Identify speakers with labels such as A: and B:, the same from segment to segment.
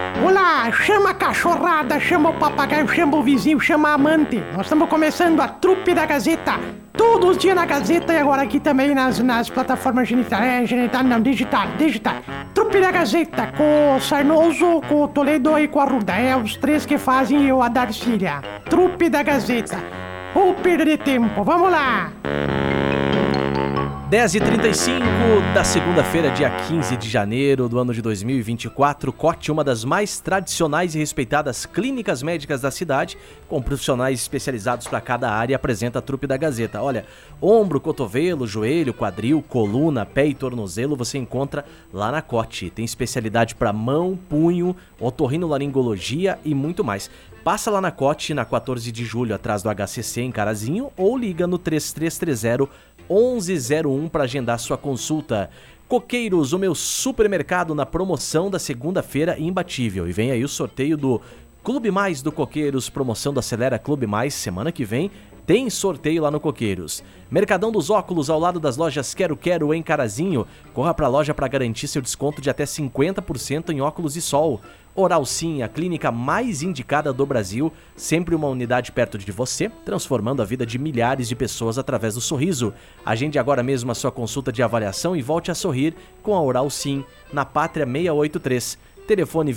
A: galera, chama a cachorrada, chama o papagaio, chama o vizinho, chama a amante. Nós estamos começando a trupe da Gazeta. Todos os dias na Gazeta e agora aqui também nas, nas plataformas genital. É, genital não, digital, digital. Trupe da Gazeta, com o Sarnoso, com o Toledo e com a Ruda. É os três que fazem eu a Darcília. Trupe da Gazeta. Ou perder tempo, vamos lá!
B: 10h35 da segunda-feira, dia 15 de janeiro do ano de 2024, Cote, uma das mais tradicionais e respeitadas clínicas médicas da cidade, com profissionais especializados para cada área, apresenta a trupe da Gazeta. Olha, ombro, cotovelo, joelho, quadril, coluna, pé e tornozelo você encontra lá na Cote. Tem especialidade para mão, punho, otorrinolaringologia e muito mais. Passa lá na Cote na 14 de julho, atrás do HCC em Carazinho, ou liga no 3330 1101 para agendar sua consulta. Coqueiros, o meu supermercado na promoção da segunda-feira imbatível. E vem aí o sorteio do Clube Mais do Coqueiros, promoção do Acelera Clube Mais, semana que vem. Tem sorteio lá no Coqueiros. Mercadão dos Óculos, ao lado das lojas Quero Quero em Carazinho. Corra para a loja para garantir seu desconto de até 50% em óculos e sol. Oral Sim, a clínica mais indicada do Brasil, sempre uma unidade perto de você, transformando a vida de milhares de pessoas através do sorriso. Agende agora mesmo a sua consulta de avaliação e volte a sorrir com a Oral Sim, na Pátria 683, telefone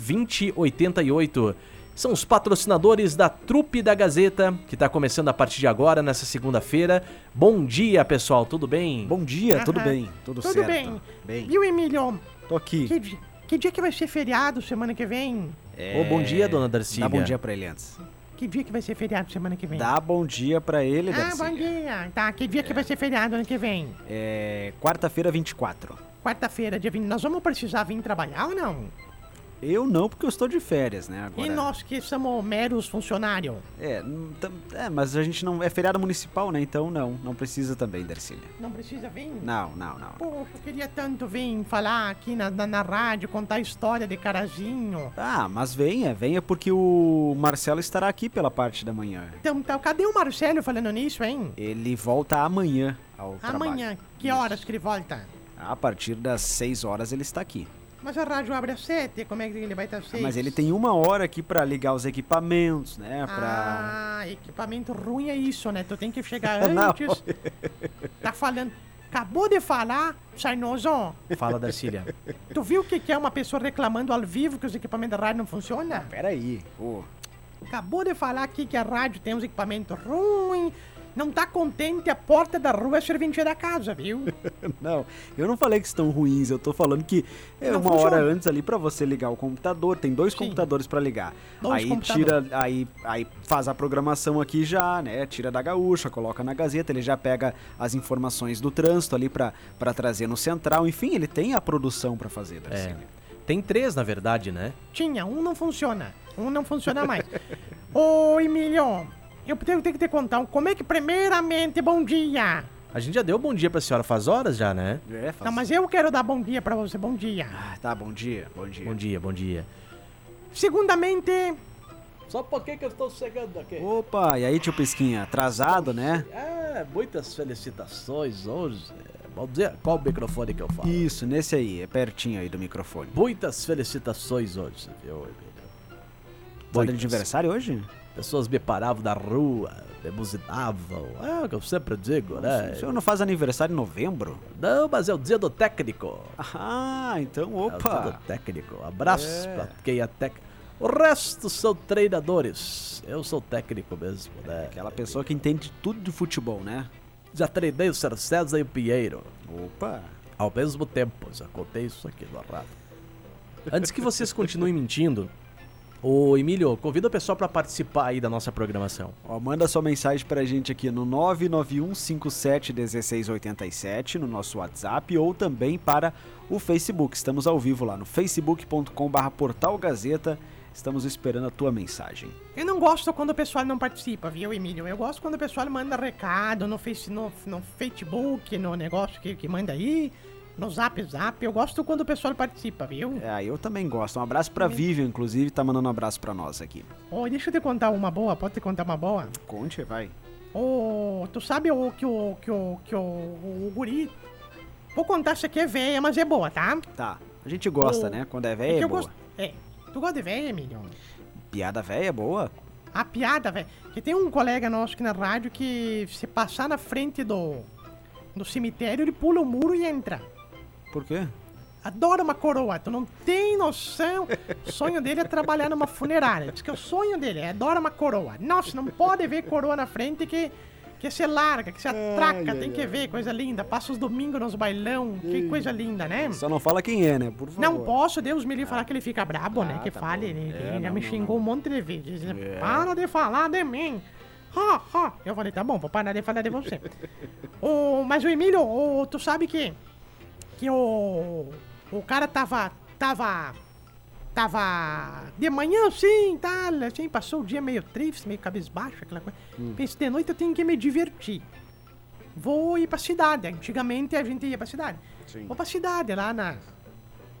B: 2141 2088. São os patrocinadores da Trupe da Gazeta, que está começando a partir de agora, nessa segunda-feira. Bom dia, pessoal, tudo bem?
C: Bom dia, tudo
A: Aham.
C: bem? Tudo,
A: Tudo
C: certo?
A: bem.
C: Bem,
A: Viu, Emílio?
C: tô aqui.
A: Que, di- que dia que vai ser feriado semana que vem?
B: Ô, bom dia, dona Darcília.
C: Dá bom dia pra ele antes.
A: Que dia que vai ser feriado semana que vem?
C: Dá bom dia pra ele,
A: ah, bom
C: Darcy.
A: dia. Tá, que dia que vai ser feriado ano que vem?
C: É quarta-feira 24.
A: Quarta-feira, dia 20. Nós vamos precisar vir trabalhar ou não?
C: Eu não, porque eu estou de férias, né? Agora.
A: E nós que somos meros funcionários?
C: É, não tam- é, mas a gente não. É feriado municipal, né? Então não, não precisa também, Darcília.
A: Não precisa vir?
C: Não, não, não.
A: Poxa, eu queria tanto vir falar aqui na, na, na rádio, contar a história de Carazinho.
C: Ah, mas venha, venha porque o Marcelo estará aqui pela parte da manhã.
A: Então, tá, cadê o Marcelo falando nisso, hein?
C: Ele volta amanhã ao trabalho.
A: Amanhã, que horas que ele volta?
C: A partir das 6 horas ele está aqui.
A: Mas a rádio abre às sete, como é que ele vai estar às
C: Ah,
A: seis?
C: Mas ele tem uma hora aqui pra ligar os equipamentos, né? Pra.
A: Ah, equipamento ruim é isso, né? Tu tem que chegar
C: Não.
A: antes. tá falando. Acabou de falar, Sarnoso.
B: Fala, Darcília.
A: Tu viu o que, que é uma pessoa reclamando ao vivo que os equipamentos da rádio não funcionam?
C: Peraí. ô.
A: Acabou de falar aqui que a rádio tem uns equipamentos ruins. Não tá contente, a porta da rua é a serventia da casa, viu?
C: Não, eu não falei que estão ruins, eu tô falando que é
A: Não
C: uma
A: funciona.
C: hora antes ali pra você ligar o computador, tem dois
A: Sim.
C: computadores pra ligar.
A: Dois
C: aí
A: computadores.
C: tira, aí, aí faz a programação aqui já, né? Tira da gaúcha, coloca na Gazeta, ele já pega as informações do trânsito ali pra pra trazer no central, enfim, ele tem a produção pra fazer, Darcília.
B: Tem três, na verdade, né?
A: Tinha, um não funciona. Um não funciona mais. Ô, Emílio, eu tenho, tenho que te contar como é que, primeiramente, bom dia.
B: A gente já deu bom dia pra senhora faz horas já, né?
C: É, faz-
A: Não, mas eu quero dar bom dia pra você, bom dia.
C: Ah, tá, bom dia, bom dia.
B: Bom dia, bom dia.
A: Segundamente,
B: Só por que eu estou chegando aqui?
C: Opa, e aí, tio Pesquinha, atrasado, né?
B: É, muitas felicitações hoje. Vamos dizer, qual o microfone que eu falo?
C: Isso, nesse aí, é pertinho aí do microfone.
B: Muitas felicitações hoje, viu, Emílio?
C: Tá de
B: Muitas.
C: aniversário hoje?
B: Pessoas me paravam na rua, me buzinavam. É o que eu sempre digo, né?
C: O senhor não faz aniversário em novembro?
B: Não, mas é o dia do técnico.
C: Ah, então,
B: É o dia
C: opa!
B: do técnico. Abraços
C: É.
B: pra quem é técnico. O resto são treinadores. Eu sou técnico mesmo, né?
C: Aquela pessoa que entende tudo de futebol, né?
B: Já treinei o Ser César e o Pinheiro.
C: Opa!
B: Ao mesmo tempo, já contei isso aqui no rádio. Antes que vocês continuem mentindo, ô Emílio, convida o pessoal pra participar aí da nossa programação.
C: Ó, manda sua mensagem pra gente aqui no 991571687 no nosso WhatsApp ou também para o Facebook. Estamos ao vivo lá no facebook.com/barra Portal Gazeta. Estamos esperando a tua mensagem.
A: eu não gosto quando o pessoal não participa, viu, Emílio? Eu gosto quando o pessoal manda recado no, face, no, no Facebook, no negócio que, que manda aí, no Zap Zap. Eu gosto quando o pessoal participa, viu?
C: É, eu também gosto. Um abraço pra Vivian, inclusive, tá mandando um abraço pra nós aqui.
A: Ô, deixa eu te contar uma boa, pode te contar uma boa?
C: Conte, vai.
A: Ô, tu sabe o que o que o que o, o guri... Vou contar, isso aqui é velha, mas é boa, tá?
C: Tá. A gente gosta,
A: O-
C: né? Quando é
A: É
C: velho
A: que
C: é
A: eu
C: boa.
A: gost- É. Tu gosta de véia, Emílio?
C: Piada velha, boa.
A: A piada, velho. Que tem um colega nosso aqui na rádio que se passar na frente do, do cemitério, ele pula o muro e entra.
C: Por quê?
A: Adora uma coroa, tu não tem noção. O sonho dele é trabalhar numa funerária. Diz que o sonho dele é adora uma coroa. Nossa, não pode ver coroa na frente que que se larga, que se atraca, tem que ver, coisa linda. Passa os domingos nos bailão, que coisa linda, né?
C: Só não fala quem é, né? Por favor.
A: Não posso, Deus me livre falar que ele fica brabo, né? Que fale, né? Que
C: É,
A: ele já
C: não,
A: me
C: não, É.
A: xingou um monte de vezes. Ele, Para de falar de mim. Ha, ha. Eu falei, tá bom, vou parar de falar de você. o, mas o Emílio, o- tu sabe que... Que o... O cara tava... Tava... Tava de manhã, assim, tal, assim, passou o dia meio triste, meio cabisbaixo, aquela coisa.
C: Hum.
A: Pensei, de noite eu tenho que me divertir vou ir pra cidade. Antigamente a gente ia pra cidade. Vou pra cidade, lá na.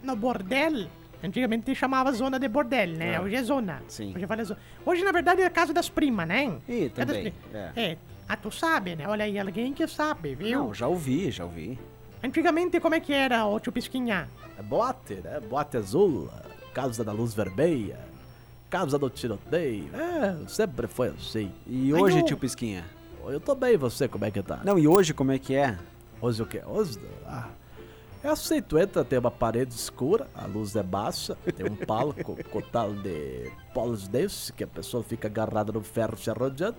A: No bordel. Antigamente chamava zona de bordel, né? Hoje é zona.
C: Ah. Sim.
A: Hoje, é várias zo- Hoje, na verdade, é a casa das primas, né?
C: Ih,
A: Casa das
C: também,
A: pri- É. Ah, tu sabe, né? Olha aí, alguém que sabe, viu?
C: Não, já ouvi, já ouvi.
A: Antigamente, como é que era, ô tio Pisquinha?
B: É boate, né? Boate azul, causa da luz vermelha, causa do tiroteio. É, sempre foi assim.
C: E
A: Ai,
C: hoje,
A: não.
C: tio Pisquinha?
B: Eu tô bem, você, como é que tá?
C: Não, e hoje como é que é?
B: Hoje o quê? Hoje? Ah, é a 50, tem uma parede escura, a luz é baixa, tem um palco com tal de polos desse, que a pessoa fica agarrada no ferro se arranjando.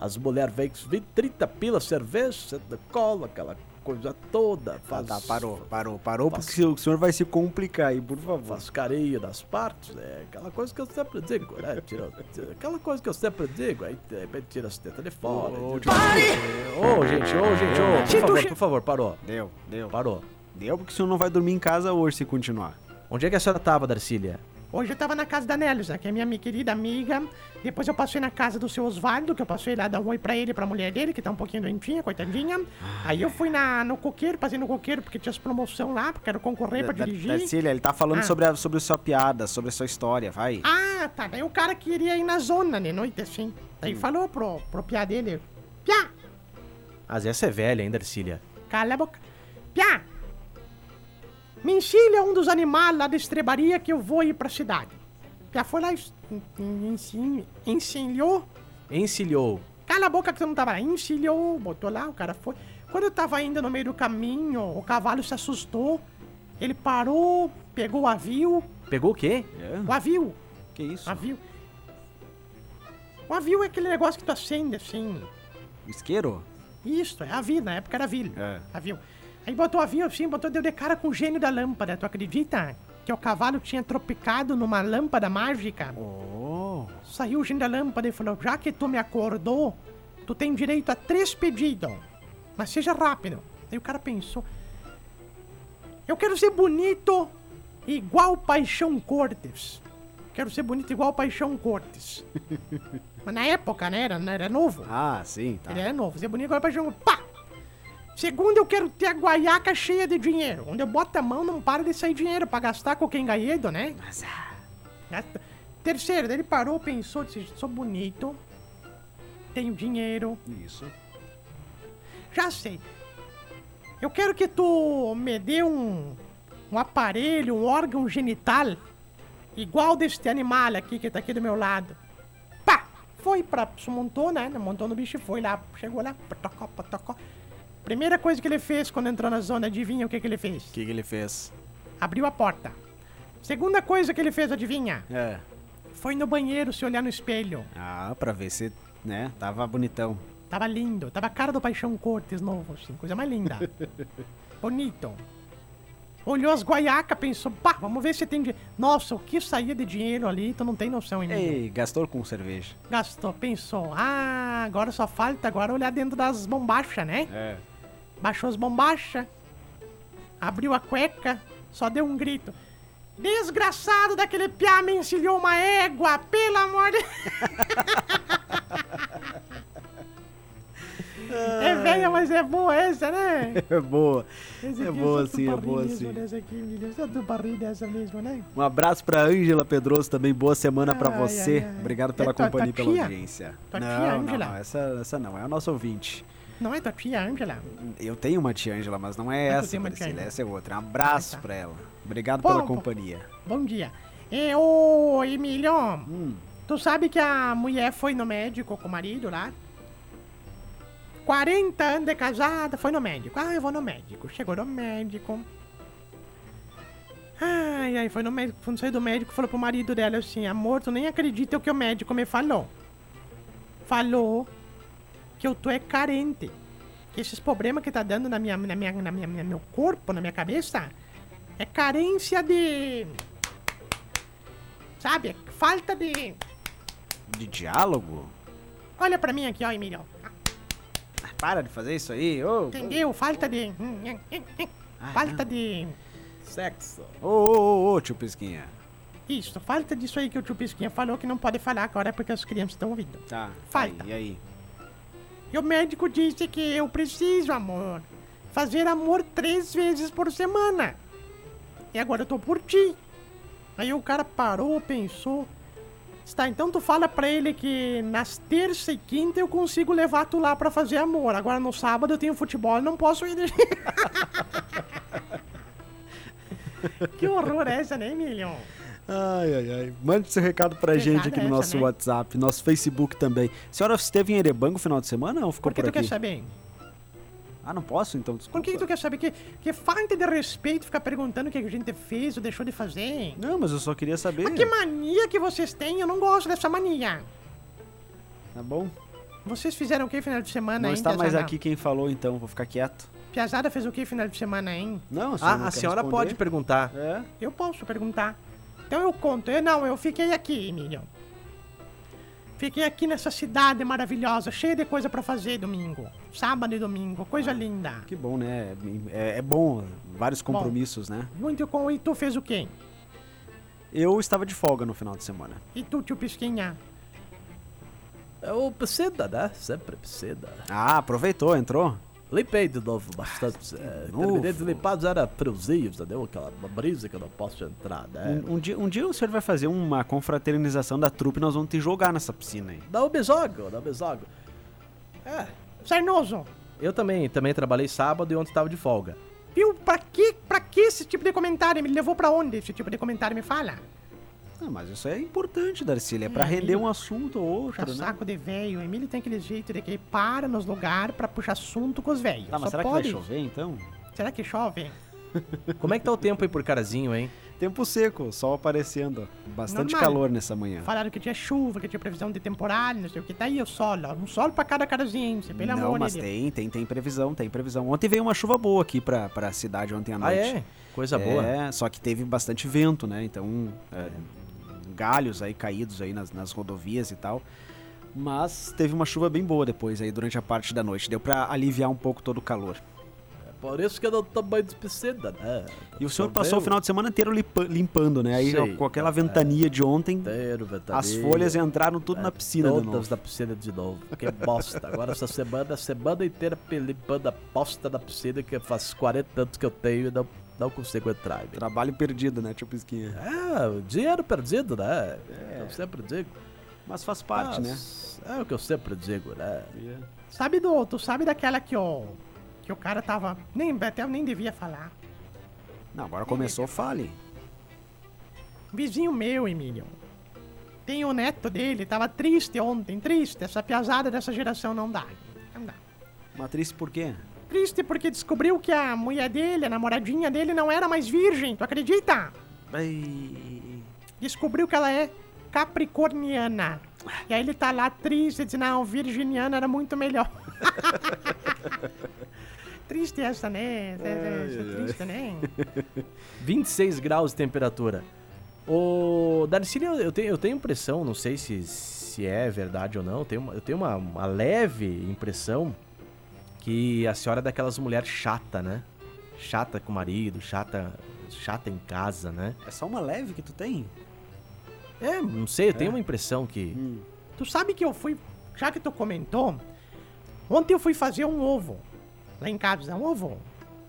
B: As mulheres vêm com 20, 30 pilas, cerveja, senta cola, aquela coisa toda.
C: Ah,
B: Faz,
C: tá, parou, parou, parou,
B: faz-
C: porque o senhor vai se complicar aí, por favor.
B: Faz carinho das partes, é aquela coisa que eu sempre digo, né? Tira, tira- aquela coisa que eu sempre digo, aí de repente tira as tetas de fora. Ô, gente, ô, gente, ô,
A: Se tu
B: por favor,
A: che-
B: por favor, parou,
C: Deu, deu.
B: parou.
C: Deu porque o senhor não vai dormir em casa hoje se continuar.
B: Onde é que a senhora tava, Darcília?
A: Hoje eu tava na casa da Nelsa, que é minha mi- querida amiga. Depois eu passei na casa do seu Osvaldo, que eu passei lá dar um oi pra ele, e pra mulher dele, que tá um pouquinho doentinha, coitadinha.
C: Ah,
A: Aí
C: é.
A: eu fui na, no coqueiro, passei no coqueiro, porque tinha as promoção lá, porque era concorrer Tá pra
C: Da- da-
A: dirigir.
C: Darcília, ele tá falando
A: Ah.
C: sobre, a, sobre a sua piada, sobre a sua história, vai.
A: Ah, tá. Daí o cara queria ir na zona de noite, assim. Daí falou pro, pro piá dele, piá,
B: Mas essa é velha, hein, Darcília?
A: cala a boca. Piá, me ensina um dos animais lá da estrebaria que eu vou ir pra cidade. Piá foi lá e en- en- ensin- ensinou
B: Encilhou.
A: Cala a boca que você não tava lá. Encilhou, botou lá, o cara foi. Quando eu tava ainda no meio do caminho, o cavalo se assustou. Ele parou, pegou o avio.
B: Pegou o quê?
A: O avio,
C: É? Que isso?
A: o avio. O avio é aquele negócio que tu acende assim.
C: Isqueiro?
A: Isso, é avio, na época era avio.
C: É.
A: Avio. Aí botou o avio assim, botou, deu de cara com o gênio da lâmpada. Tu acredita que é o cavalo tinha tropicado numa lâmpada mágica?
C: Oh,
A: Saiu o gênio da lâmpada e falou: Já que tu me acordou, tu tem direito a três pedidos. Mas seja rápido. Aí o cara pensou: Eu quero ser bonito igual Paixão Cortes. Quero ser bonito igual Paixão Cortes. Mas na época, né? Era, era novo.
C: Ah, sim, tá.
A: Ele é novo, você é bonito agora pra jogo. Pá! Segundo, eu quero ter a guaiaca cheia de dinheiro. Onde eu boto a mão, não para de sair dinheiro pra gastar com quem ganhedo, né?
C: ah,
A: Gasta. É, Terceiro, daí ele parou, pensou, disse, sou bonito, tenho dinheiro,
C: Isso.
A: já sei. Eu quero que tu me dê um, um aparelho, um órgão genital igual deste animal aqui que tá aqui do meu lado. Pá! Foi pra. se Montou, né? Montou no bicho e foi lá. Chegou lá. Patocó, patocó. Primeira coisa que ele fez quando entrou na zona, adivinha o que, que ele fez?
C: O que, que ele fez?
A: Abriu a porta. Segunda coisa que ele fez, adivinha?
C: É.
A: Foi no banheiro se olhar no espelho.
C: Ah, pra ver se, né, tava bonitão.
A: Tava lindo, tava a cara do Paixão Cortes novo, assim, coisa mais linda. Bonito. Olhou as guaiacas, pensou, pá, vamos ver se tem dinheiro. Nossa, o que saía de dinheiro ali, tu não tem noção, Emílio.
C: Ei, gastou com cerveja.
A: Gastou, pensou, ah, agora só falta agora olhar dentro das bombachas, né?
C: É.
A: Baixou as bombachas, abriu a cueca, só deu um grito. Desgraçado daquele piá me encilhou uma égua, pelo amor de... é velha, mas é boa essa, né?
C: É boa.
A: Esse
C: é
A: aqui,
C: boa
A: só tu
C: sim, é
A: pra rir
C: boa
A: mesmo
C: sim.
A: Dessa aqui, menino, só tu pra rir dessa mesmo, né?
C: Um abraço pra Ângela Pedroso também, boa semana pra
A: Ai,
C: você.
A: ai, ai.
C: Obrigado
A: É
C: pela
A: tua-
C: companhia e
A: tua
C: pela
A: tia?
C: audiência.
A: Tua
C: não,
A: tia,
C: não,
A: Ângela?
C: não, essa, essa não, é o nosso ouvinte.
A: Não é tua tia, Angela?
C: Eu tenho uma tia Ângela, mas não é
A: Ah, tu
C: essa,
A: tem uma tia
C: Priscila,
A: Ângela.
C: essa é outra. Um abraço
A: Ah, tá.
C: pra ela. Obrigado
A: Bom,
C: pela
A: bom.
C: companhia.
A: Bom dia. E ô, Emílio,
C: Hum.
A: tu sabe que a mulher foi no médico com o marido lá? 40 anos de casada, foi no médico. Ah, eu vou no médico. Chegou no médico. Ai, aí foi no médico, quando saiu do médico, falou pro marido dela assim, amor, tu nem acredita o que o médico me falou. Falou que eu tô é carente. Que esses problemas que tá dando na minha, na minha, na minha, na meu corpo, na minha cabeça, é carência de... Sabe? É Falta de...
C: De diálogo?
A: Olha pra mim aqui, ó, Emílio.
C: Ah, Para de fazer isso aí, ô.
A: Entendeu? Falta de... hum,
C: Ah,
A: Falta de...
B: Sexo.
C: Ô, ô, ô, ô, tio Pisquinha.
A: Isso, falta disso aí que o tio Pisquinha falou que não pode falar agora porque as crianças estão ouvindo.
C: Tá.
A: Falta.
C: aí, E aí?
A: E o médico disse que eu preciso, amor, fazer amor três vezes por semana. E agora eu tô por ti. Aí o cara parou, pensou. Está, então tu fala pra ele que nas terça e quinta eu consigo levar tu lá pra fazer amor. Agora no sábado eu tenho futebol e não posso ir. que horror é essa, né, Emílio?
C: Ai, ai, ai. Mande seu recado é pra
A: Recado
C: gente aqui no
A: essa,
C: nosso
A: né?
C: WhatsApp, nosso Facebook também. A senhora esteve em Erebango no final de semana ou ficou
A: Por
C: por,
A: que tu
C: aqui?
A: quer saber?
C: Ah, não posso? Então, desculpa.
A: Por que, que tu quer saber? Que, que falta de respeito ficar perguntando o que a gente fez ou deixou de fazer?
C: Não, mas eu só queria saber.
A: Mas que mania que vocês têm? Eu não gosto dessa mania.
C: Tá bom?
A: Vocês fizeram o que final de semana,
C: não
A: hein?
C: está mais
A: Piazada?
C: aqui quem falou, então. Vou ficar quieto.
A: Piazada fez o que final de semana, hein?
C: Não, a senhora,
B: Ah,
C: não
B: a
C: quer
B: senhora
C: responder.
B: pode perguntar.
C: É?
A: Eu posso perguntar. Então eu conto. Eu não, eu fiquei aqui, Emílio. Fiquei aqui nessa cidade maravilhosa, cheia de coisa pra fazer domingo. Sábado e domingo,
C: Ah.
A: coisa linda.
C: Que bom, né? É, é bom, vários compromissos, né?
A: Muito com. E tu fez o quê?
C: Eu estava de folga no final de semana.
A: E tu, tio Pisquinha?
B: Eu preceda, né? Sempre preceda.
C: Ah, aproveitou, entrou?
B: Limpei de novo bastante. É,
C: novo?
B: terminei de limpar, mas era friozinho, entendeu? Aquela brisa que eu não posso entrar, né?
C: Um, um dia, um dia o senhor vai fazer uma confraternização da trupe e nós vamos te jogar nessa piscina aí.
B: Não me jogo, não me jogo. um É,
A: Sarnoso,
B: eu também, também trabalhei sábado e ontem tava de folga.
A: Viu? Pra que, pra que esse tipo de comentário? Me levou pra onde esse tipo de comentário? Me fala.
C: Ah, mas isso é importante, Darcília, é pra
A: É,
C: render
A: ele-
C: um assunto ou outro,
A: Puxa
C: né?
A: saco de velho. O Emílio tem aquele jeito de que para nos lugares pra puxar assunto com os velhos.
C: Ah, mas
A: Só
C: será
A: pode.
C: que vai chover então?
A: Será que chove?
B: Como é que tá o tempo aí por carazinho, hein?
C: Tempo seco, sol aparecendo. Bastante
A: Normal.
C: calor nessa manhã.
A: Falaram que tinha chuva, que tinha previsão de temporal, não sei o que. Tá aí o sol, ó. Um sol pra cada carazinho, você, pelo
C: Não,
A: amor
C: mas
A: de Deus.
C: tem, tem, tem previsão, tem previsão. Ontem veio uma chuva boa aqui pra, pra cidade ontem à
B: Ah,
C: noite.
B: é? Coisa
A: Tá
B: boa.
C: É, só que teve bastante vento, né? Então, é, galhos aí caídos aí nas, nas rodovias e tal. Mas teve uma chuva bem boa depois aí durante a parte da noite. Deu pra aliviar um pouco todo o calor.
B: Por isso que eu não tô banho de piscina, né?
C: E o senhor passou o final de semana inteiro lipa- limpando, né? Aí
B: Sim,
C: ó, com aquela ventania de ontem,
B: Inteiro,
C: as
B: ventania.
C: folhas entraram tudo Tá na piscina de
B: Todas
C: novo.
B: da piscina de novo. Que bosta. Agora essa semana, a semana inteira pe- limpando a bosta da piscina que faz 40 anos que eu tenho e não, não consigo entrar. né?
C: Trabalho perdido, né, tio Pisquinha?
B: Ah, o dinheiro perdido, né? Eu sempre digo.
C: Mas faz parte, né?
B: Mas É o que eu sempre digo, né?
A: Sabe do. Tu sabe daquela que, ó. Que o cara tava. Nem, até eu nem devia falar.
C: Não, agora começou, fale.
A: Vizinho meu, Emílio. Tem o neto dele, tava triste ontem, triste. Essa piazada dessa geração não dá. Não dá.
C: Matriz por quê?
A: Triste porque descobriu que a mulher dele, a namoradinha dele, não era mais virgem, tu acredita?
C: Ai,
A: Descobriu que ela é capricorniana. E aí ele tá lá triste, diz, não, virginiana era muito melhor. triste essa, né? Essa, essa, triste, né?
B: 26 graus de temperatura. Ô, Darcília, eu tenho, eu tenho impressão, não sei se, se é verdade ou não, eu tenho, uma- eu tenho uma, uma leve impressão que a senhora é daquelas mulheres chata, né? Chata com o marido, chata, chata em casa, né?
C: É só uma leve que tu tem?
B: É, não sei, eu tenho uma impressão que.
C: Hum.
A: Tu sabe que eu fui, já que tu comentou, ontem eu fui fazer um ovo. Lá em casa, um ovo.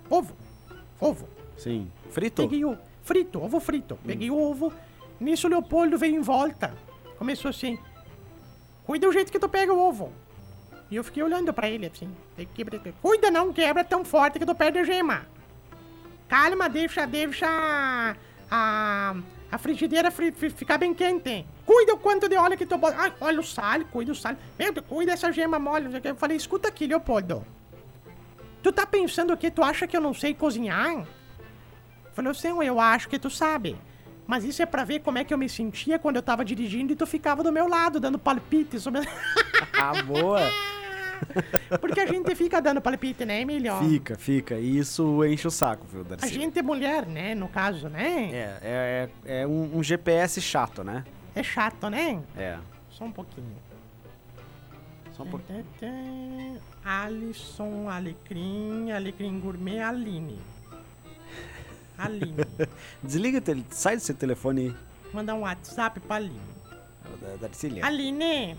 A: Ovo. Ovo.
C: Sim. Frito?
A: Peguei o frito, ovo frito. Peguei o ovo. Nisso o Leopoldo veio em volta. Começou assim. Cuida do jeito que tu pega o ovo. E eu fiquei olhando pra ele assim. "Tem que quebrar- tem- Cuida não, quebra tão forte que tu perde a gema. Calma, deixa, deixa a, a frigideira fri- fi- ficar bem quente. Cuida o quanto de óleo que tu bota. Ai, olha o sal, cuida o sal. Meu Deus, cuida essa gema mole. não sei o quê. Eu falei, escuta aqui, Leopoldo. Tu tá pensando o quê? Tu acha que eu não sei cozinhar? Falou assim, eu acho que tu sabe. Mas isso é pra ver como é que eu me sentia quando eu tava dirigindo e tu ficava do meu lado, dando palpite. sobre-
C: Ah, boa!
A: Porque a gente fica dando palpite, né, Emílio?
C: Fica, fica. E isso enche o saco, viu,
A: A
C: Darcy?
A: gente é mulher, né, no caso, né?
C: É, é, é um, um GPS chato, né?
A: É chato, né?
C: É.
A: Só um pouquinho.
C: Só um pouquinho.
A: Alisson, Alecrim, Alecrim Gourmet, Aline. Aline.
C: Desliga, o tele- sai do seu telefone aí.
A: Mandar um WhatsApp pra Aline.
C: É o da- Darcília.
A: Aline,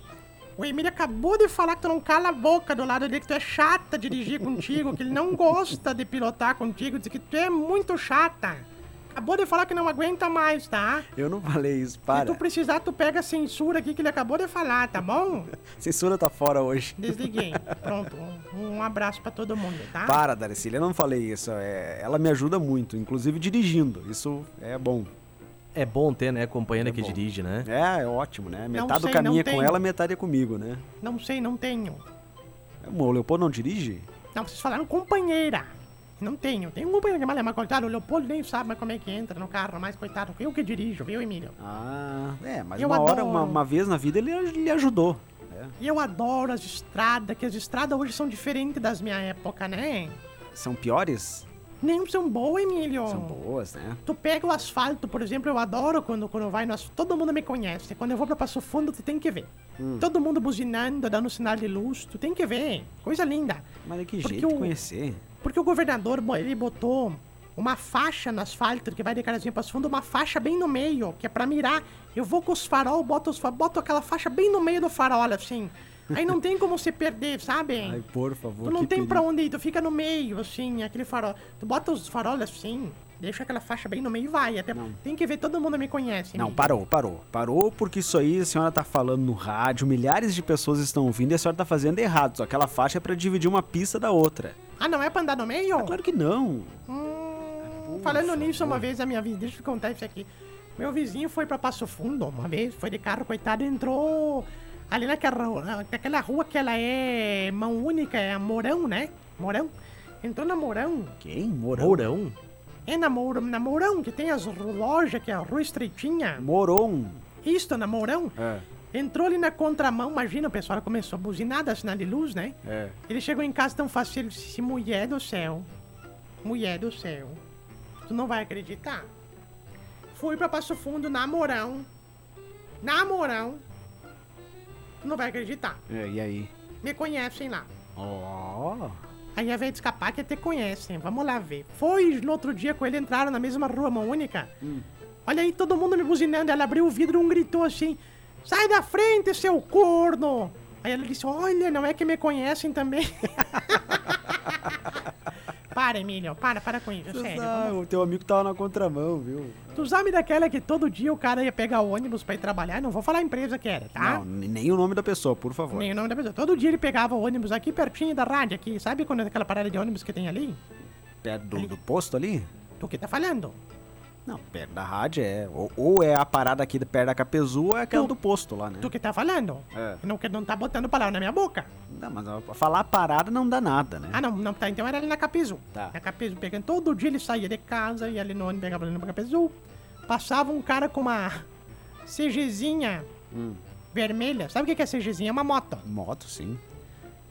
A: o Emílio acabou de falar que tu não cala a boca do lado dele, que tu é chata de dirigir contigo, que ele não gosta de pilotar contigo, diz que tu é muito chata. Acabou de falar que não aguenta mais, tá?
C: Eu não falei isso,
A: Se
C: para.
A: tu precisar, tu pega a censura aqui que ele acabou de falar, tá bom?
C: Censura tá fora hoje.
A: Desliguei. Pronto. Um, um abraço pra todo mundo, tá?
C: Para, Darcília, eu não falei isso. É, ela me ajuda muito, inclusive dirigindo. Isso é bom.
B: É bom ter, né, companheira
C: É
B: que
C: bom.
B: dirige, né?
C: É, é ótimo, né? Metade
A: sei,
C: do caminho
A: não
C: é com
A: tenho.
C: ela, metade é comigo, né? É,
A: Não sei, não tenho.
C: Amor, o Leopoldo não dirige?
A: Não, vocês falaram companheira. Não tenho. Tem um companheiro que malha, mas coitado, o Leopoldo nem sabe mais como é que entra no carro, mas coitado, eu que dirijo, viu, Emílio?
C: Ah, é, mas
A: Eu
C: uma hora,
A: adoro.
C: uma, uma vez na vida, ele lhe ajudou. né?
A: E eu adoro as estradas, que as estradas hoje são diferentes das minha época, né?
C: São piores?
A: Nem são boas, Emílio.
C: São boas, né?
A: Tu pega o asfalto, por exemplo, eu adoro quando, quando vai no asfalto. Todo mundo me conhece. Quando eu vou pra Passo Fundo, tu tem que ver.
C: Hum.
A: Todo mundo buzinando, dando sinal de luz, tu tem que ver. Coisa linda.
C: Mas de que
A: Porque
C: jeito de
A: o-
C: conhecer?
A: Porque o governador, bo- ele botou uma faixa no asfalto, que vai de Carazinho para fundo, uma faixa bem no meio, que é pra mirar. Eu vou com os farol, boto, os fa- boto aquela faixa bem no meio do farol, assim. Aí não tem como se perder, sabe?
C: Ai, por favor,
A: tu não
C: que
A: tem
C: perigo.
A: pra onde ir, tu fica no meio, assim, aquele farol. Tu bota os farol assim, deixa aquela faixa bem no meio e vai. Até tem que ver, todo mundo me conhece. né?
C: Não,
A: amigo.
C: parou, parou. Parou porque isso aí a senhora tá falando no rádio, milhares de pessoas estão ouvindo e a senhora tá fazendo errado. Só aquela faixa é pra dividir uma pista da outra.
A: Ah, não é pra andar no meio?
C: Claro É que não.
A: Hum, falando nisso, uma vez a minha vida, deixa eu contar isso aqui. Meu vizinho foi pra Passo Fundo uma vez, foi de carro, coitado, entrou ali naquela, ru- naquela rua que ela é mão única, é a Mourão, né? Mourão. Entrou na Mourão.
C: Quem? Morão?
B: Mourão?
A: É na Mourão, na Mourão que tem as ru- lojas, que é a rua estreitinha.
C: Moron.
A: Isto, na Mourão.
C: É,
A: Entrou ali na contramão, imagina, o pessoal começou a buzinar, dar sinal de luz, né?
C: é.
A: Ele chegou em casa tão fácil, ele disse, assim, mulher do céu, mulher do céu, tu não vai acreditar. Fui pra Passo Fundo, na Morão, na Morão, tu não vai acreditar,
C: é e aí?
A: me conhecem lá.
C: Ó.
A: Aí a velha escapar que até conhecem, vamos lá ver. Foi no outro dia com ele, entraram na mesma rua, mão única. Olha aí, todo mundo me buzinando, ela abriu o vidro um gritou assim, sai da frente, seu corno! Aí ela disse, olha, não é que me conhecem também. para, Emílio, para, para com isso, sério.
C: Ah, o teu amigo tava na contramão, viu?
A: Tu sabe daquela que todo dia o cara ia pegar o ônibus pra ir trabalhar? Não vou falar a empresa que era, tá?
C: Não, n- nem o nome da pessoa, por favor.
A: Nem o nome da pessoa. Todo dia ele pegava o ônibus aqui pertinho da rádio aqui. Sabe quando é aquela parada de ônibus que tem ali?
C: Perto do, do posto ali?
A: Tu que tá falhando?
C: Não, perto da rádio é. Ou, ou é a parada aqui de perto da Capezu ou é aquela do posto lá, né?
A: Tu que tá falando?
C: É.
A: Não, que não tá botando palavra na minha boca.
C: Não, mas ó, falar parada não dá nada, né?
A: Ah, não, não, tá. Então era ali na Capizu.
C: Tá.
A: Na Capizu, pegando todo dia, ele saía de casa, ia ali no ônibus, pegava ali na Capizu. Passava um cara com uma CGzinha
C: Hum.
A: vermelha. Sabe o que que é CGzinha? É uma moto.
C: Moto, sim.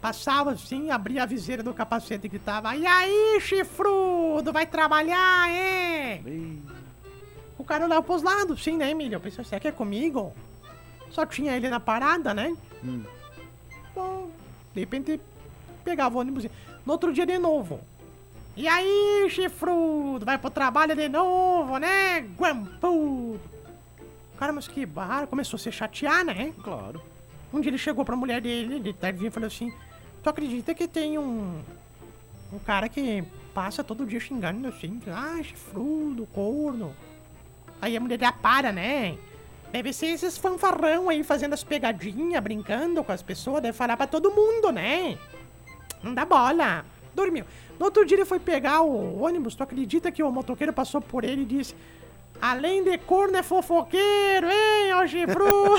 A: Passava assim, abria a viseira do capacete e gritava: E aí, chifrudo, vai trabalhar, hein? O cara olhava pros lados, sim, né, Emílio? Eu pensei, será que é comigo? Só tinha ele na parada, né? Bom, de repente pegava o ônibus. No outro dia de novo. E aí, chifrudo, vai pro trabalho de novo, né? Guampudo. Cara, mas que barra, começou a se chatear, né?
C: Claro.
A: Um dia ele chegou pra mulher dele, de tardinha, e falou assim: Tu acredita que tem um. Um cara que passa todo dia xingando assim, ah, chifrudo, corno. Aí a mulher dele "Ah, para, né? Deve ser esses fanfarrão aí fazendo as pegadinhas, brincando com as pessoas, deve falar pra todo mundo, né? Não dá bola. Dormiu. No outro dia ele foi pegar o ônibus, tu acredita que o motoqueiro passou por ele e disse: Além de corno é fofoqueiro, hein, Ogibru?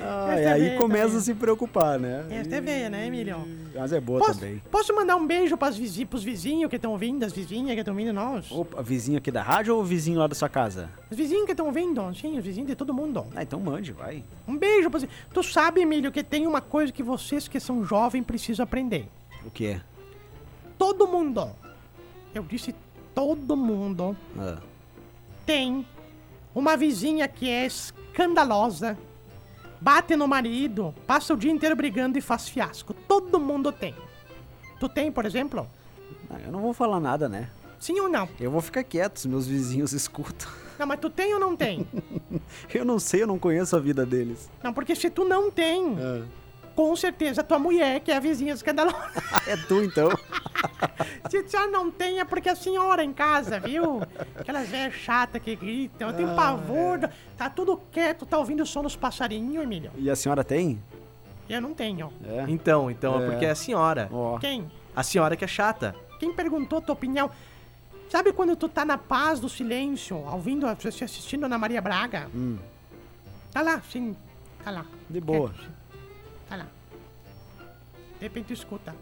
C: Ah,
A: Essa
C: e
A: é
C: aí
A: bem
C: começa
A: também.
C: a se preocupar, né?
A: Essa é veia, né, Emilhão?
C: Mas é boa
A: Posso,
C: também.
A: posso mandar um beijo pras vizi, pros vizinhos que estão ouvindo, as vizinhas que estão ouvindo nós?
C: Opa, vizinho aqui da rádio ou vizinho lá da sua casa?
A: Os vizinhos que estão ouvindo, sim, os vizinhos de todo mundo.
C: Ah, então mande, vai.
A: Um beijo pra você. Tu sabe, Emílio, que tem uma coisa que vocês que são jovens precisam aprender.
C: O que é?
A: Todo mundo, eu disse todo mundo,
C: Ah,
A: tem uma vizinha que é escandalosa, bate no marido, passa o dia inteiro brigando e faz fiasco. Todo mundo tem. Tu tem, por exemplo?
C: ah, eu não vou falar nada, né?
A: Sim ou não?
C: Eu vou ficar quieto se meus vizinhos escutam.
A: Não, mas tu tem ou não tem?
C: Eu não sei, eu não conheço a vida deles.
A: Não, porque se tu não tem, com certeza tua mulher, que é a vizinha escandalosa.
C: Ah, é tu então?
A: Se já não tem, é porque a senhora em casa, viu? Aquelas velhas chatas que gritam, eu tenho pavor. do- Tá tudo quieto, tá ouvindo o som dos passarinhos, Emílio?
C: E a senhora tem?
A: Eu não tenho.
C: É.
B: Então, então, é.
C: É.
B: porque é a senhora.
C: Ó.
A: Quem?
B: A senhora que é chata.
A: Quem perguntou tua opinião? Sabe quando tu tá na paz do silêncio, ouvindo, você assistindo Ana Maria Braga?
C: Hum,
A: Tá lá, sim. Tá lá.
C: de boa.
A: Quieto, sim. Tá lá. De repente tu escuta.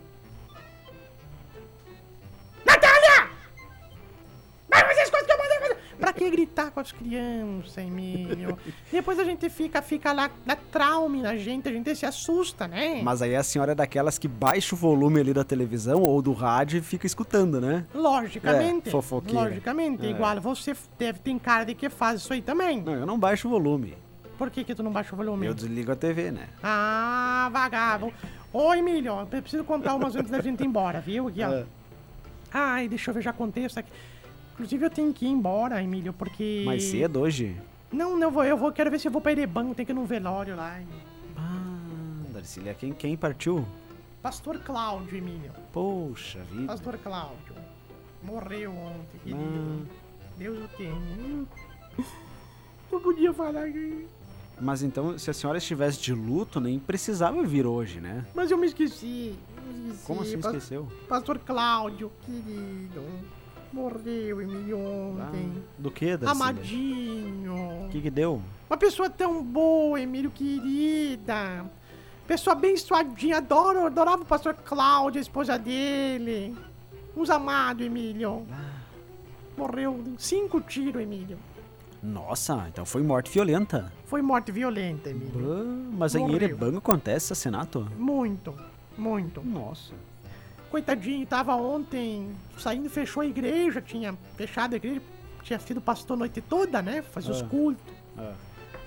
A: Natália! Vai fazer as coisas que eu mandei fazer! Pra que gritar com as crianças, Emílio? Depois a gente fica, fica lá, dá trauma na gente, a gente se assusta, né?
C: Mas aí a senhora é daquelas que baixa o volume ali da televisão ou do rádio e fica escutando, né?
A: Logicamente.
C: É, fofoqueira.
A: Logicamente,
C: É.
A: igual você f- deve ter cara de que faz isso aí também.
C: Não, eu não baixo o volume.
A: Por que, que tu não baixa o volume?
C: Eu desligo a TV, né?
A: Ah, vagabundo. Ô, Emílio, ó, eu preciso contar umas antes da gente ir embora, viu? Aqui, ó.
C: É.
A: Ai, deixa eu ver, já contei isso aqui. Inclusive, eu tenho que ir embora, Emílio, porque.
C: Mais cedo hoje?
A: Não, não vou, eu vou, quero ver se eu vou pra Erebango, tem que ir num velório lá. hein?
C: Ah, Darcília, quem, quem partiu?
A: Pastor Cláudio, Emílio.
C: Poxa vida.
A: Pastor Cláudio. Morreu ontem, querido.
C: Ah,
A: Deus o tenha. Não podia falar que.
C: mas então, se a senhora estivesse de luto, nem precisava vir hoje, né?
A: Mas eu me esqueci. eu me esqueci.
C: Como assim
A: Pas-
C: esqueceu?
A: Pastor Cláudio, querido. Morreu, Emílio, ontem.
C: Ah, do que, Darcília?
A: Amadinho.
C: O que que deu?
A: Uma pessoa tão boa, Emílio, querida. Pessoa abençoadinha. Adoro, adorava o pastor Cláudio, a esposa dele. Uns amado, Emílio.
C: Ah.
A: Morreu de cinco tiros, Emílio.
C: Nossa, então foi morte violenta.
A: Foi morte violenta, Emílio.
C: Ah, Mas em
A: Morreu.
C: Erebango acontece assassinato?
A: Muito, muito.
C: Nossa.
A: Coitadinho, tava ontem saindo, fechou a igreja, tinha fechado a igreja, tinha sido pastor a noite toda, né? Fazia os
C: Ah.
A: cultos.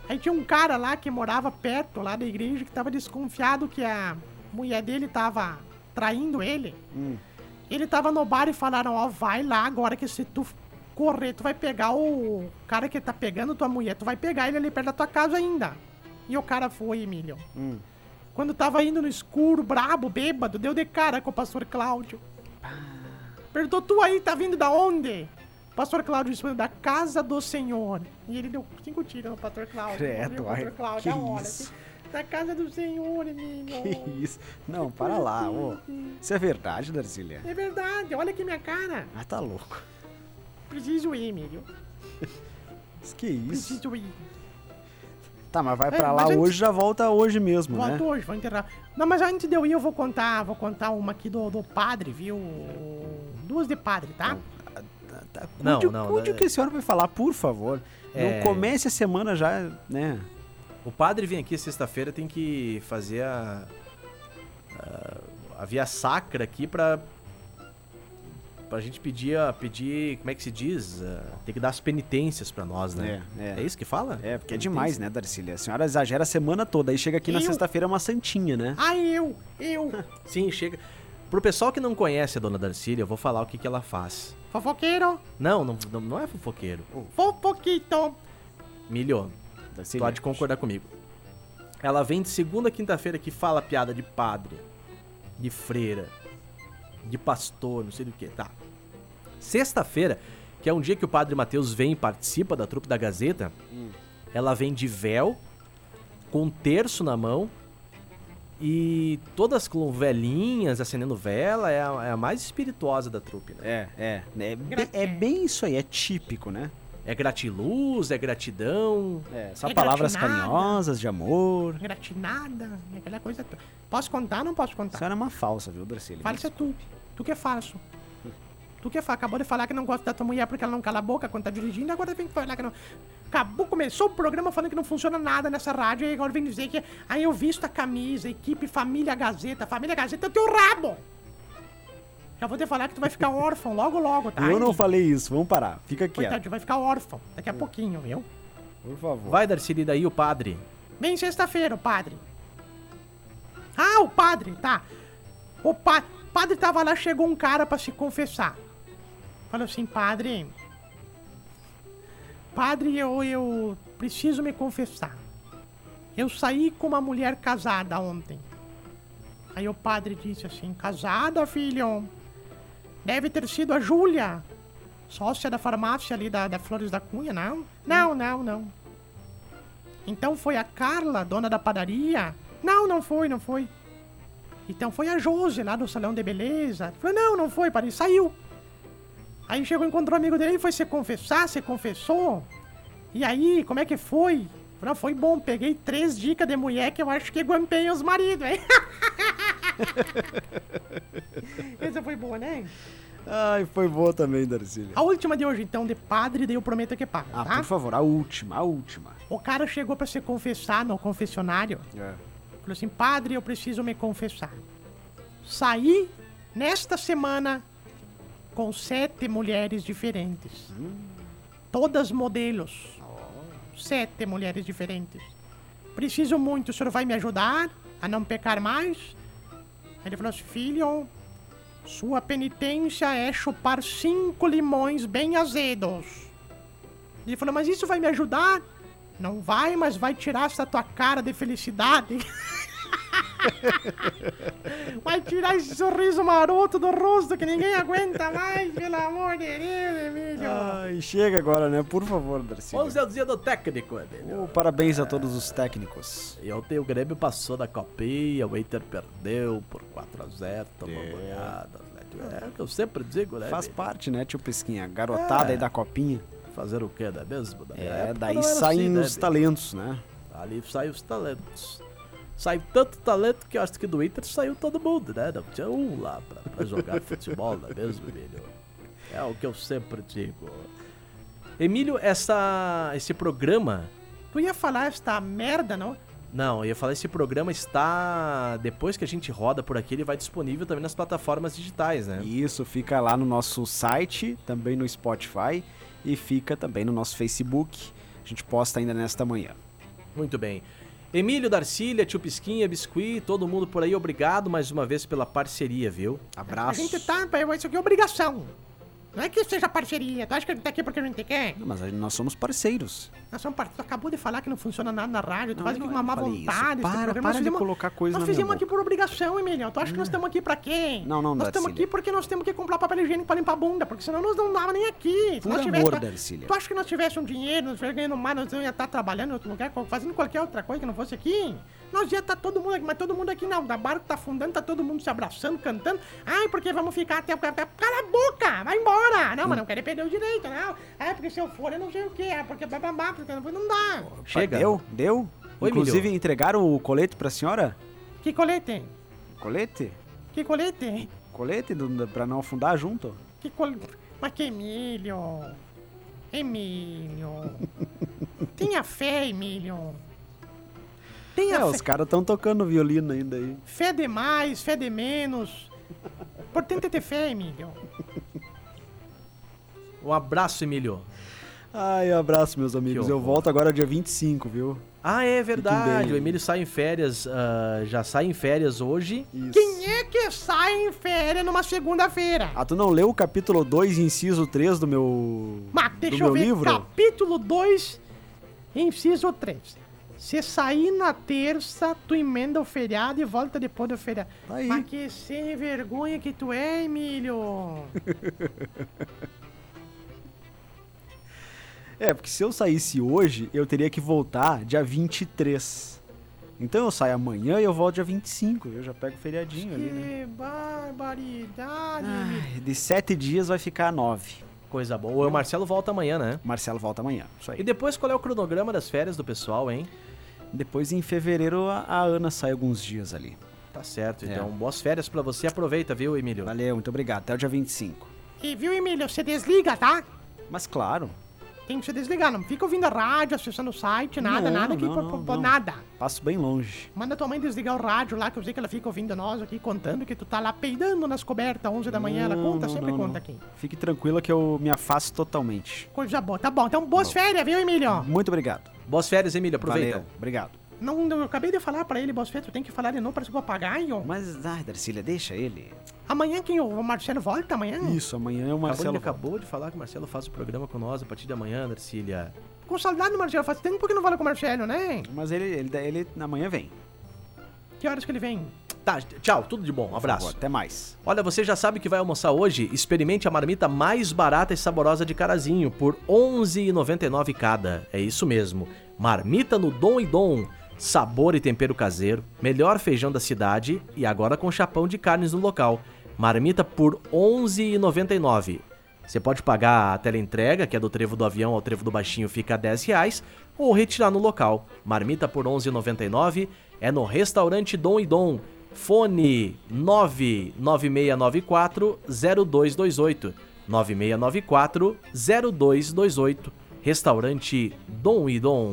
A: Aí tinha um cara lá que morava perto lá da igreja que tava desconfiado que a mulher dele tava traindo ele.
C: Hum.
A: Ele tava no bar e falaram, ó, vai lá agora que se tu correr, tu vai pegar o cara que tá pegando tua mulher, tu vai pegar ele ali perto da tua casa ainda. E o cara foi, Emílio.
C: Hum.
A: Quando tava indo no escuro, brabo, bêbado, deu de cara com o pastor Cláudio. Perguntou, tu aí tá vindo da onde? O pastor Cláudio respondeu, da casa do Senhor. E ele deu cinco tiros no pastor Cláudio. Morreu
C: Credo,
A: o
C: ai,
A: pastor Cláudio,
C: que
A: na hora,
C: isso.
A: assim, Da casa do Senhor, menino.
C: Que isso? Não, para lá, ô. Isso é verdade, Darcília?
A: É verdade, olha aqui minha cara.
C: Ah, tá louco.
A: Preciso ir, Emílio.
C: Mas Que isso?
A: Preciso ir.
C: Tá, mas vai
A: É,
C: pra lá
A: mas antes-
C: hoje, já volta hoje mesmo,
A: Volto
C: né?
A: hoje, vou enterrar. Não, mas antes de eu ir, eu vou contar, vou contar uma aqui do, do padre, viu? Duas de padre, tá?
C: Tá, tá.
B: Não,
C: Cuide-
B: não,
C: cuide
B: não.
C: o que a senhora vai falar, por favor.
B: É.
C: Não comece a semana já, né?
B: O padre vem aqui sexta-feira, tem que fazer a, a, a via sacra aqui pra, pra gente pedir, a, pedir, como é que se diz? Ah, tem que dar as penitências pra nós, né?
C: É, é.
B: isso que fala?
C: É, porque é demais, né, Darcília? A senhora exagera a semana toda, aí chega aqui na
A: Eu?
C: sexta-feira é uma santinha, né?
A: Ah, eu, eu,
B: Sim, chega. Pro pessoal que não conhece a dona Darcília, eu vou falar o que, que ela faz.
A: fofoqueiro,
B: Não, não, não- não é fofoqueiro.
A: fofoquito.
B: Milho,
C: Darcília,
B: pode concordar comigo. Ela vem de segunda a quinta-feira que fala piada de padre, de freira, de pastor, não sei do que, tá. Sexta-feira, que é um dia que o padre Matheus vem e participa da trupe da Gazeta, ela vem de véu, com um terço na mão E todas com velhinhas, acendendo vela, é a, é a mais espirituosa da trupe, né?
C: É, é. É, be- é bem isso aí, é típico, né?
B: É gratiluz, é gratidão.
C: É, só
A: É
C: palavras
A: gratinada.
C: carinhosas, de amor.
A: Gratinada, aquela coisa toda. Posso contar ou não posso
C: A
A: contar?
C: senhora é uma falsa, viu, Dracília?
A: Fala isso tu. Tu que é falso. Tu que é fa- acabou de falar que não gosta da tua mulher porque ela não cala a boca quando tá dirigindo, agora vem falar que não. Acabou, começou o programa falando que não funciona nada nessa rádio e agora vem dizer que. Aí eu visto a camisa, equipe, família Gazeta. Família Gazeta é o teu rabo! Já vou te falar que tu vai ficar órfão logo logo, tá?
C: Eu não é.
A: Henrique?
C: falei isso, vamos parar. Fica quieto,
A: Coitado, tu vai ficar órfão
C: É.
A: daqui a pouquinho, viu?
C: por favor.
B: Vai, Darcy, daí o padre.
A: Bem sexta-feira, o padre. Ah, o padre, tá. O pa- padre tava lá, chegou um cara pra se confessar. Falou assim, padre. Padre, eu, eu preciso me confessar. Eu saí com uma mulher casada ontem. Aí o padre disse assim, casada, filho? Deve ter sido a Júlia, sócia da farmácia ali da, da Flores da Cunha, não? Não, não, não. Então foi a Carla, dona da padaria? Não, não foi, não foi. Então foi a Josi, lá do salão de beleza. Falou, não, não foi, padre, saiu. Aí chegou, encontrou o amigo dele e foi se confessar, se confessou. E aí, como é que foi? Falou, "Ah, foi bom, peguei três dicas de mulher que eu acho que guampei os maridos, hein? Essa foi boa, né?
C: Ai, foi boa também, Darcília.
A: A última de hoje, então, de padre, daí eu prometo que pago,
C: Ah,
A: tá?
C: por favor, a última, a última.
A: O cara chegou pra se confessar no confessionário. Falou assim, padre, eu preciso me confessar. Saí nesta semana com sete mulheres diferentes. Todas modelos. Sete mulheres diferentes. Preciso muito, o senhor vai me ajudar a não pecar mais? Aí ele falou assim, filho, sua penitência é chupar cinco limões bem azedos. Ele falou, mas isso vai me ajudar? Não vai, mas vai tirar essa tua cara de felicidade. Vai tirar esse sorriso maroto do rosto que ninguém aguenta mais, pelo amor de Deus, Emílio.
C: Ai, chega agora, né? Por favor, Darcília.
B: Vamos ao dia do técnico, Emílio.
C: Ô, parabéns a todos os técnicos.
B: E ontem o Grêmio passou da copinha, o Inter perdeu por 4x0, tomou goleada. Atlético. É o que eu sempre digo, né?
C: É. Faz
B: Emílio?
C: parte, né, tio Pesquinha? Garotada
B: É.
C: aí da copinha.
B: Fazer o quê, não é mesmo? Na
C: É,
B: época não
C: daí
B: era
C: saem
B: assim, né,
C: os
B: Emílio?
C: talentos, né?
B: Ali saem os talentos. Sai tanto talento que eu acho que do Inter saiu todo mundo, né? Não tinha um lá pra, pra jogar futebol, não é mesmo, Emílio? É o que eu sempre digo. Emílio, essa, esse programa.
A: Tu ia falar esta merda, não?
B: Não, eu ia falar, esse programa está. Depois que a gente roda por aqui, ele vai disponível também nas plataformas digitais,
A: É.
B: né?
C: Isso fica lá no nosso site, também no Spotify e fica também no nosso Facebook. A gente posta ainda nesta manhã.
B: Muito bem. Emílio, Darcília, Tio Pisquinha, Biscuit, todo mundo por aí, obrigado mais uma vez pela parceria, viu?
A: A
C: Abraço.
A: gente tá, pai, isso aqui é obrigação. Não é que seja parceria, tu acha que a gente tá aqui porque a gente quer?
C: Não, mas a- nós somos parceiros.
A: Nós somos par... Tu acabou de falar que não funciona nada na rádio, tu
C: Não,
A: faz aqui
C: não
A: com
C: é
A: uma
C: que
A: má
C: eu falei isso.
A: vontade. esse
C: Para,
A: programa,
C: para
A: nós
C: de
A: fizemos-
C: colocar coisa
A: Nós
C: na minha É.
A: fizemos aqui por obrigação, Emílio. Tu acha que nós estamos aqui pra quê?
C: Não, não, é assim, né?
A: Nós estamos
C: Darcília.
A: aqui porque nós temos que comprar papel higiênico pra limpar a bunda, porque senão nós não dava nem aqui. Se
C: Por
A: nós
C: amor, Darcília.
A: Tu acha que nós tivéssemos um dinheiro, nós estivéssemos ganhando mais, nós não ia estar trabalhando em outro lugar, co- fazendo qualquer outra coisa que não fosse aqui? Nós ia estar todo mundo aqui, mas todo mundo aqui não. Da barco tá afundando, tá todo mundo se abraçando, cantando. Ai, porque vamos ficar até. até- Cala a boca! Vai embora! Não, mas não quero perder o direito, não. É porque se eu for, eu não sei o quê. É porque bababá, porque não não dá.
B: Chega.
C: Deu? Deu?
B: Oi,
C: Inclusive,
B: Emílio.
C: entregaram o colete pra senhora?
A: Que colete?
C: Colete?
A: Que colete?
C: Colete do, pra não afundar junto?
A: Que col... Mas que Emílio! Emílio! Tenha fé, Emílio! Tenha
C: É,
A: fé.
C: os caras estão tocando violino ainda aí.
A: Fé demais, fé de menos. Importante é ter fé, Emílio.
B: Um abraço, Emílio.
C: Ai, abraço, meus amigos.
B: Que
C: Eu
B: horror.
C: volto agora dia 25, viu?
B: Ah, é
C: Fiquem
B: verdade.
C: bem.
B: O Emílio sai em férias, ah, já sai em férias hoje.
C: Isso.
A: Quem é que sai em férias numa segunda-feira?
C: Ah, tu não leu o capítulo 2, inciso 3 do meu.
A: Mas
C: do
A: deixa
C: meu
A: eu ver. tá.
C: livro?
A: Capítulo 2, inciso 3. Se sair na terça, tu emenda o feriado e volta depois do feriado.
C: Tá aí.
A: Mas que sem vergonha que tu é, Emílio.
C: É, porque se eu saísse hoje, eu teria que voltar dia 23. Então eu saio amanhã e eu volto dia 25. Eu já pego o feriadinho ali, né?
A: Que barbaridade.
C: Ai, de sete dias vai ficar nove.
B: Coisa boa. O Marcelo volta amanhã, né?
C: Marcelo volta amanhã. Isso aí.
B: E depois qual é o cronograma das férias do pessoal, hein?
C: Depois, em fevereiro, a, a Ana sai alguns dias ali.
B: Tá certo.
C: É.
B: Então, boas férias pra você. Aproveita, viu, Emílio?
C: Valeu, muito obrigado. Até o dia 25.
A: E viu, Emílio, você desliga, tá?
C: Mas claro,
A: Tem que se desligar, não fica ouvindo a rádio, acessando o site, nada,
C: Não,
A: nada que
C: não,
A: pô-
C: não,
A: pô- pô-
C: não.
A: nada.
C: passo bem longe.
A: Manda tua mãe desligar o rádio lá, que eu sei que ela fica ouvindo nós aqui, contando que tu tá lá peidando nas cobertas, 11 da manhã, ela
C: Não,
A: conta,
C: não,
A: sempre
C: não,
A: conta
C: não.
A: aqui.
C: Fique tranquila que eu me afasto totalmente.
A: Coisa boa, tá bom. Então, boas férias, viu, Emílio?
C: Muito obrigado.
B: Boas férias, Emílio. Aproveita.
C: Valeu, obrigado.
A: Não, eu acabei de falar pra ele, boas férias, tu tem que falar de novo, parece um papagaio.
C: Mas, ai, Darcília, deixa ele.
A: Amanhã quem? O Marcelo volta amanhã?
C: Isso, amanhã é o
B: Acabou, ele
C: Marcelo volta.
B: acabou de falar que o Marcelo faz o programa com nós a partir de amanhã, Darcília.
A: Com saudade do Marcelo, faz tempo que não fala com o Marcelo, né?
C: Mas ele, ele, ele amanhã vem.
A: Que horas que ele vem?
B: Tá, tchau. Tudo de bom. Um
C: Por favor,
B: abraço.
C: Até mais.
B: Olha, você já sabe que vai almoçar hoje? Experimente a marmita mais barata e saborosa de Carazinho por R$ 11,99 cada. É isso mesmo. Marmita no Dom e Dom. Sabor e tempero caseiro, melhor feijão da cidade e agora com chapão de carnes no local. Marmita por R$ 11,99. Você pode pagar a teleentrega, que é do trevo do avião ao trevo do baixinho, fica a R$ 10 reais, ou retirar no local. Marmita por R$ 11,99 é no restaurante Dom e Dom. Fone 99694-0228. 9694-0228. Restaurante Dom e Dom.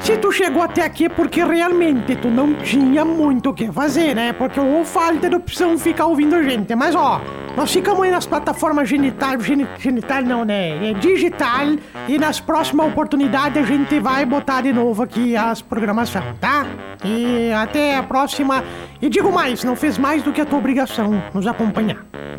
A: Se tu chegou até aqui é porque realmente tu não tinha muito o que fazer, né? Porque ou falta de opção ficar ouvindo a gente. Mas ó, nós ficamos aí nas plataformas genital, geni- genital não, né? É digital. E nas próximas oportunidades a gente vai botar de novo aqui as programações, tá? E até a próxima. E digo mais, não fez mais do que a tua obrigação nos acompanhar. né?